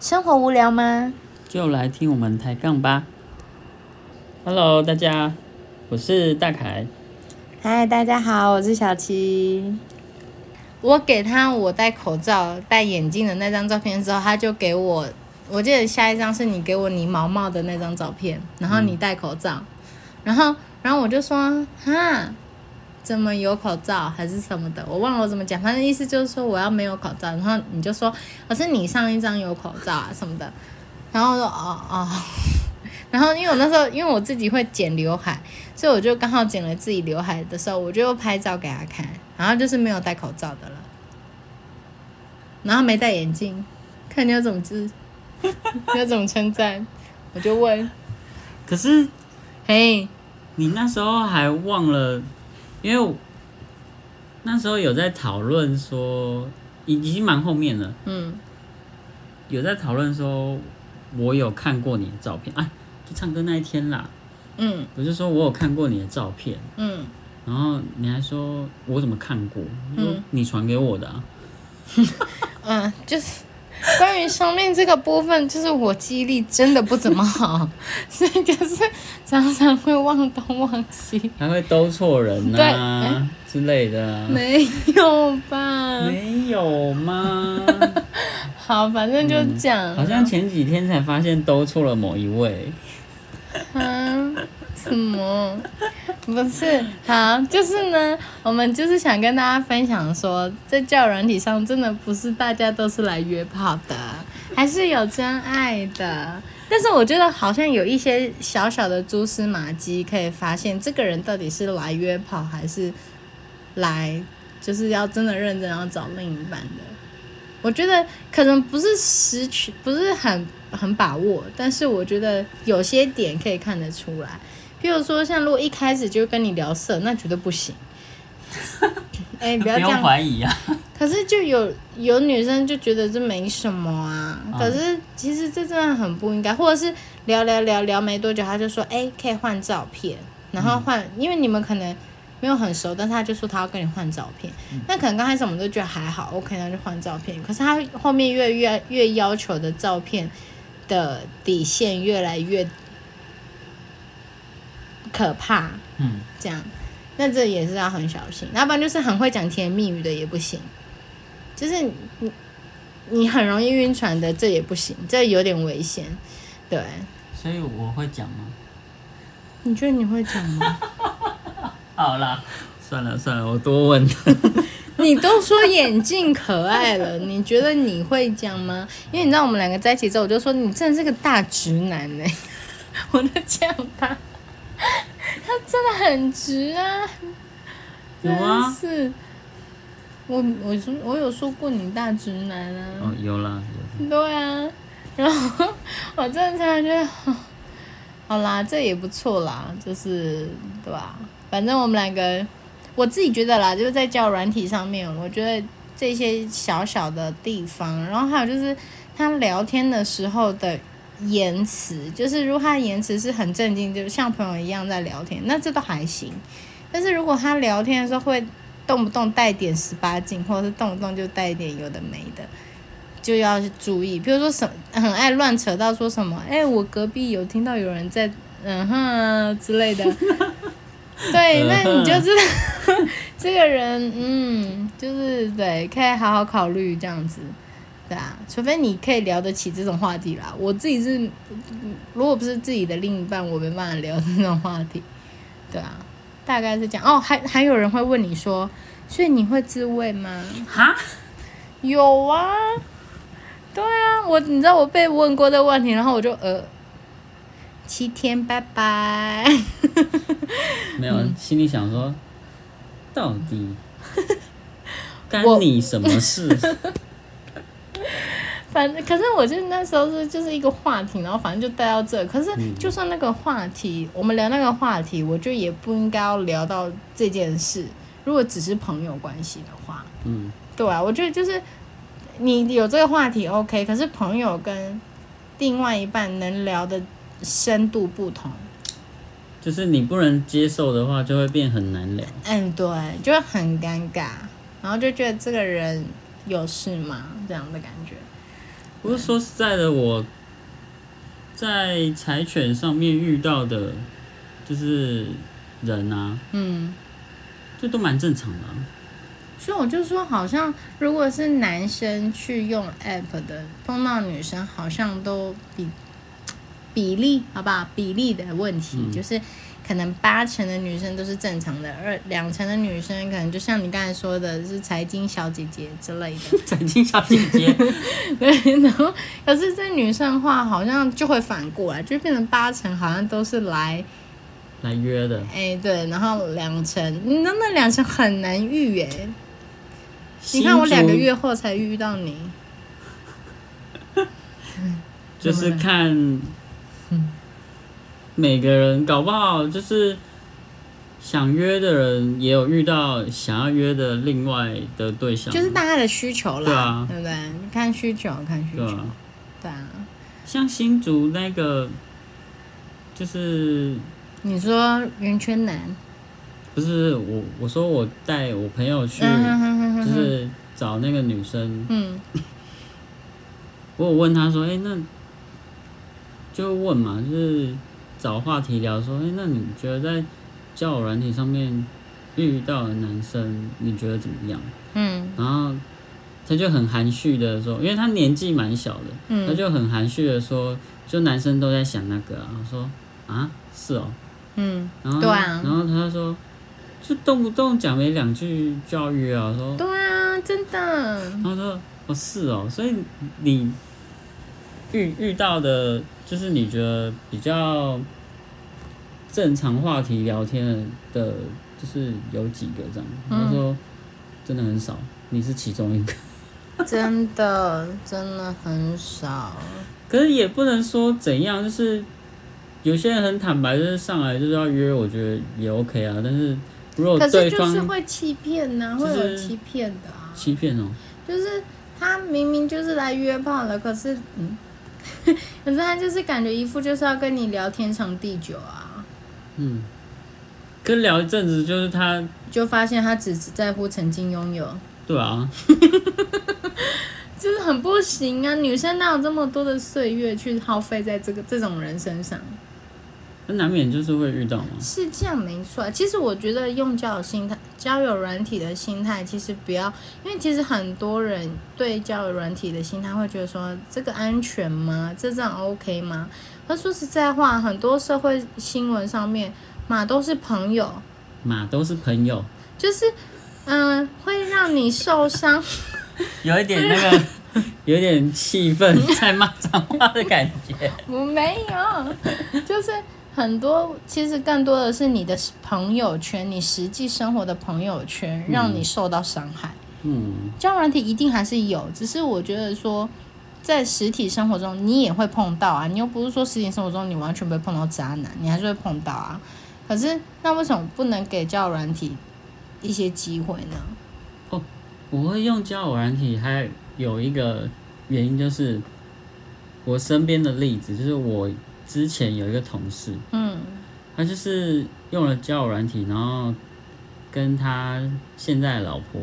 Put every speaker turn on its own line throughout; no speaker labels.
生活无聊吗？
就来听我们抬杠吧。Hello，大家，我是大凯。
嗨，大家好，我是小七。
我给他我戴口罩、戴眼镜的那张照片之后，他就给我，我记得下一张是你给我你毛毛的那张照片，然后你戴口罩，然后然后我就说哈，怎么有口罩还是什么的，我忘了我怎么讲，反正意思就是说我要没有口罩，然后你就说可是你上一张有口罩啊什么的，然后我说哦哦，然后因为我那时候因为我自己会剪刘海，所以我就刚好剪了自己刘海的时候，我就拍照给他看，然后就是没有戴口罩的了，然后没戴眼镜，看你要怎么 治，你要怎么称赞，我就问，
可是
嘿，
你那时候还忘了，因为我那时候有在讨论说，已已经蛮后面了，
嗯，
有在讨论说，我有看过你的照片啊，就唱歌那一天啦，
嗯
我就说我有看过你的照片，
嗯，
然后你还说我怎么看过？我说
嗯
你传给我的啊。
嗯，就是关于生命这个部分，就是我记忆力真的不怎么 好，所以就是常常会忘东忘西。
还会兜错人
对
啊
哎
之类的啊、
没有吧？
没有 吗？
好，反正就这样。
好像前几天才发现兜错了某一位。
啊，什么？不是，好，就是呢，我们就是想跟大家分享说，在交友软体上，真的不是大家都是来约炮的，还是有真爱的。但是我觉得好像有一些小小的蛛丝马迹，可以发现这个人到底是来约炮，还是来就是要真的认真要找另一半的。我觉得可能不是十全，不是很很把握，但是我觉得有些点可以看得出来。譬如说，像如果一开始就跟你聊色，那绝对不行。哎、不要这样。
疑啊！
可是就有有女生就觉得这没什么啊，
啊
可是其实这真的很不应该，或者是聊聊聊聊没多久，他就说，哎、可以换照片，然后换，因为你们可能没有很熟，但是他就说他要跟你换照片，那可能刚开始我们都觉得还好，OK，那就换照片，可是他后面越越越要求的照片的底线越来越可怕，
嗯，
这样，那这也是要很小心。要不然就是很会讲甜言蜜语的也不行，就是你你你很容易晕船的这也不行，这有点危险。对，
所以我会讲吗？
你觉得你会讲 吗？
好啦，算了算了，我多问。
你都说眼镜可爱了，你觉得你会讲吗？因为你知道我们两个在一起之后，我就说你真的是个大直男呢、 我就这样他，他真的很直啊，
有啊，
真是。我我说我有说过你大直男啊，
哦，有啦，有
对啊，然后我真的突然觉得，哦好啦，这也不错啦，就是对吧、反正我们两个，我自己觉得啦，就是在交友软体上面，我觉得这些小小的地方，然后还有就是他聊天的时候的。言辞就是，如果他的言辞是很正经，就像朋友一样在聊天，那这都还行。但是如果他聊天的时候会动不动带点十八禁，或者是动不动就带一点有的没的，就要去注意，比如说什很爱乱扯到说什么，哎、我隔壁有听到有人在嗯哼啊之类的，对，那你就知道 这个人，嗯，就是对，可以好好考虑这样子，对啊，除非你可以聊得起这种话题啦。我自己是，如果不是自己的另一半，我没办法聊这种话题，对啊，大概是这样。哦，还还有人会问你说，所以你会自慰吗？
哈，
有啊，对啊，我你知道我被问过这个问题，然后我就呃，七天拜拜。
没有，心里想说，到 底干
我
你什么事？
反正可是我就那时候是就是一个话题，然后反正就带到这。可是就算那个话题，我们聊那个话题，我就也不应该要聊到这件事。如果只是朋友关系的话，
嗯，
对啊，我觉得就是你有这个话题 OK，可是朋友跟另外一半能聊的深度不同。
就是你不能接受的话，就会变很难聊。
嗯，对，就很尴尬，然后就觉得这个人有事吗？这样的感觉。
不过说实在的，我在柴犬上面遇到的，就是人啊，
嗯，
这都蛮正常的啊、
所以我就说，好像如果是男生去用 app 的，碰到女生好像都比比例，好不好？比例的问题、就是。可能八成的女生都是正常的，二两成的女生可能就像你刚才说的，是财经小姐姐之类 的。
财经小姐姐，
对，然后可是这女生的话，好像就会反过来，就变成八成好像都是来，
来约的，
哎，对，然后两成，你那那两成很难遇哎。 你
新
看我两个
竹
月后才遇到你，
就是看每个人，搞不好就是想约的人也有遇到想要约的另外的对象，
就是大家的需求啦，
对啊
不对？你看需求，看需
对
求，
啊。
对啊。
像新竹那个，就是
你说圆圈男，
不是我我说我带我朋友去，
嗯哼哼哼
就
哼哼
是找那个女生，
嗯
我有问她说，哎、那就问嘛，就是找话题聊说，哎、那你觉得在交友软体上面遇到的男生，你觉得怎么样？
嗯
然后他就很含蓄的说，因为他年纪蛮小的，他
嗯
就很含蓄的说，就男生都在想那个啊，我说啊是哦，
嗯，
然后
对啊
然后他就说，就动不动讲没两句教育啊，我说，
对啊，真 的，
他说哦是哦，所以你
嗯
遇遇到的，就是你觉得比较正常话题聊天的，的就是有几个这样，他
嗯
说真的很少，你是其中一个。
真的，真的很少。
可是也不能说怎样，就是有些人很坦白，就是上来就是要约，我觉得也 OK 啊。但是如果
可
对
是就是
方
会欺骗呐、
就
会有
是
欺骗的啊，
欺骗哦、
就是他明明就是来约炮的，可是嗯， 可是他就是感觉一副就是要跟你聊天长地久啊，
嗯，跟聊一阵子就是他，
就发现他只在乎曾经拥有，
对啊，
就是很不行啊！女生哪有这么多的岁月去耗费在这个这种人身上？
那难免就是会遇到嘛。
是这样没错啊。其实我觉得用交友心态、交友软体的心态，其实不要，因为其实很多人对交友软体的心态会觉得说，这个安全吗？这这样 OK 吗？那说实在话，很多社会新闻上面嘛都是朋友，
马都是朋友，
就是嗯、会让你受伤。
有一点那个， 有一点气 氛在骂脏话的感觉。
我没有， 就是很多，其实更多的是你的朋友圈，你实际生活的朋友圈，让你受到伤害。
嗯，
交友软体一定还是有，只是我觉得说，在实体生活中你也会碰到啊，你又不是说实体生活中你完全不会碰到渣男，你还是会碰到啊。可是那为什么不能给交友软体一些机会呢？
我会用交友软体，还有一个原因就是我身边的例子，就是我之前有一个同事，
嗯
他就是用了交友软体，然后跟他现在的老婆，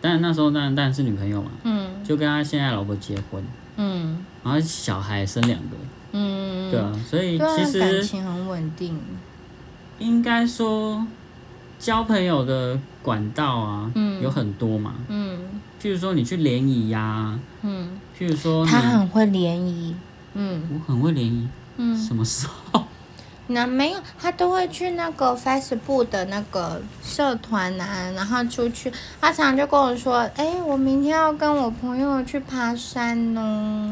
当然那时候当然当然是女朋友嘛，
嗯
就跟他现在的老婆结婚，
嗯
然后小孩生两个，
嗯，
对啊，所以
对啊
其
感
实
情很稳定，
应该说交朋友的管道啊，
嗯
有很多嘛，
嗯
譬如说你去联谊呀、
嗯，
譬如说你
他很会联谊，嗯
我很会联谊，
嗯。
什么时候？
那没有，他都会去那个 Facebook 的那个社团啊，然后出去。他常常就跟我说：“哎、我明天要跟我朋友去爬山哦。”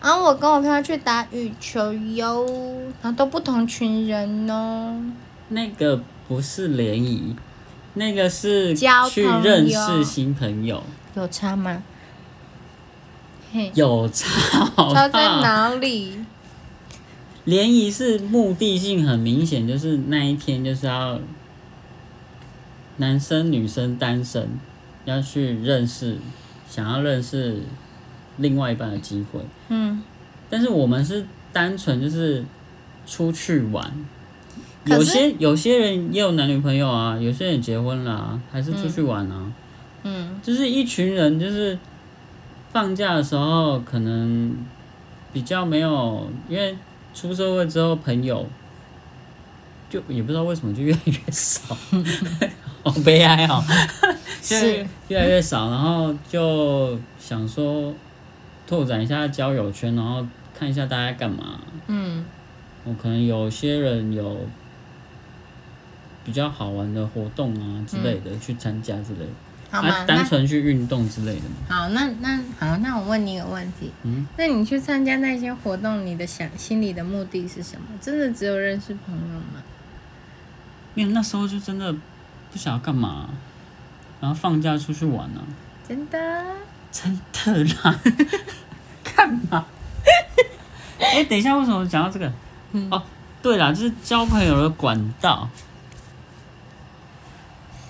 然后我跟我朋友去打羽球哟，然后都不同群人哦。
那个不是联谊，那个是
交
去
朋
认
友
识新朋友。
有差吗？嘿，
有差好不啊
差在
好？
哪里？
联谊是目的性很明显，就是那一天就是要男生女生单身要去认识，想要认识另外一半的机会。
嗯，
但是我们是单纯就是出去玩，
可是
有些有些人也有男女朋友啊，有些人结婚了、啊，还是出去玩啊，
嗯
就是一群人就是。放假的时候可能比较没有，因为出社会之后朋友就也不知道为什么就越来越少， 好悲哀哦， 就是越越来越少，然后就想说拓展一下交友圈，然后看一下大家干嘛。
嗯
我可能有些人有比较好玩的活动啊之类的、去参加之类的，
好吗？
啊，
那
单纯去运动之类的嘛。
好，那那好，那我问你一个问题，
嗯，
那你去参加那些活动，你的想心里的目的是什么？真的只有认识朋友吗？
因为那时候就真的不想要干嘛、然后放假出去玩啊，
真的？
真的啦， 干嘛？ 哎、等一下，为什么讲到这个？
嗯
哦，对啦，就是交朋友的管道。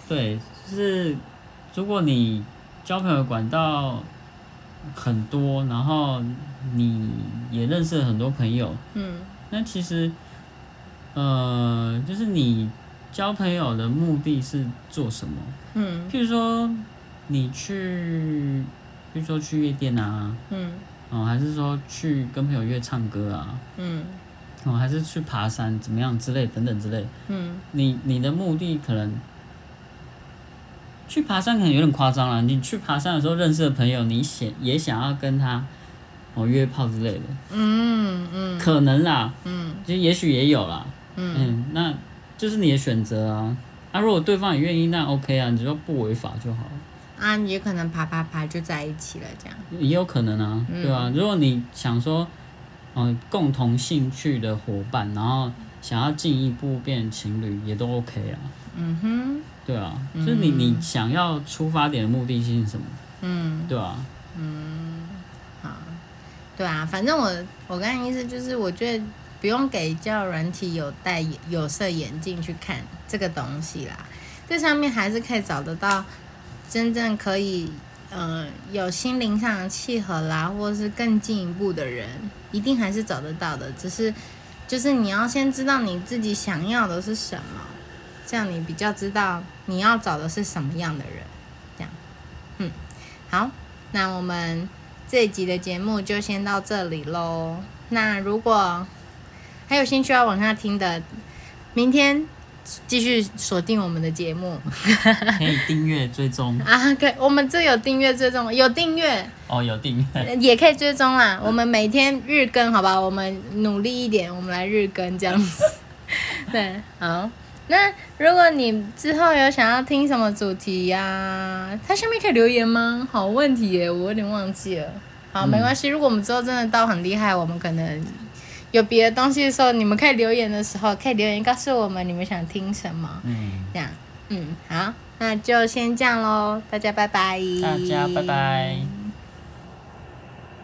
对，就是如果你交朋友的管道很多，然后你也认识了很多朋友，
嗯
那其实，呃，就是你交朋友的目的是做什么？
嗯
譬如说，你去，譬如说去夜店啊，
嗯
哦，还是说去跟朋友约唱歌啊，
嗯
哦，还是去爬山怎么样之类等等之类，
嗯
你你的目的可能。去爬山可能有点夸张了，你去爬山的时候认识的朋友，你想也想要跟他哦约炮之类的，
嗯嗯
可能啦，
嗯
就也许也有啦，
嗯
嗯，那就是你的选择啊。那、如果对方也愿意，那 OK 啊，你就不违法就好了。
啊，也可能啪啪啪就在一起了，这样。
也有可能啊，
嗯
对吧、如果你想说，嗯、共同兴趣的伙伴，然后想要进一步变情侣，也都 OK 啊，
嗯哼，
对啊，就是你你想要出发点的目的性是什么，
嗯，
对啊，
好，对啊，反正我我刚才意思就是，我觉得不用给教软体有戴眼有色眼镜去看这个东西啦，这上面还是可以找得到真正可以。呃，有心灵上的契合啦，或者是更进一步的人，一定还是找得到的。只是，就是你要先知道你自己想要的是什么，这样你比较知道你要找的是什么样的人。这样，嗯，好，那我们这一集的节目就先到这里喽。那如果还有兴趣要往下听的，明天继续锁定我们的节目
可以订阅追踪
啊！可以我们这有订阅追踪，有订阅
哦，有订阅，
呃也可以追踪啦。我们每天日更，好吧？我们努力一点，我们来日更这样子。 对，好。那如果你之后有想要听什么主题呀、它下面可以留言吗？好问题耶，我有点忘记了。好，没关系。如果我们之后真的到很厉害，我们可能有别的东西的时候，你们可以留言的时候，可以留言告诉我们你们想听什么。
嗯，
这样，嗯，好，那就先这样喽，大家拜拜。
大家拜拜。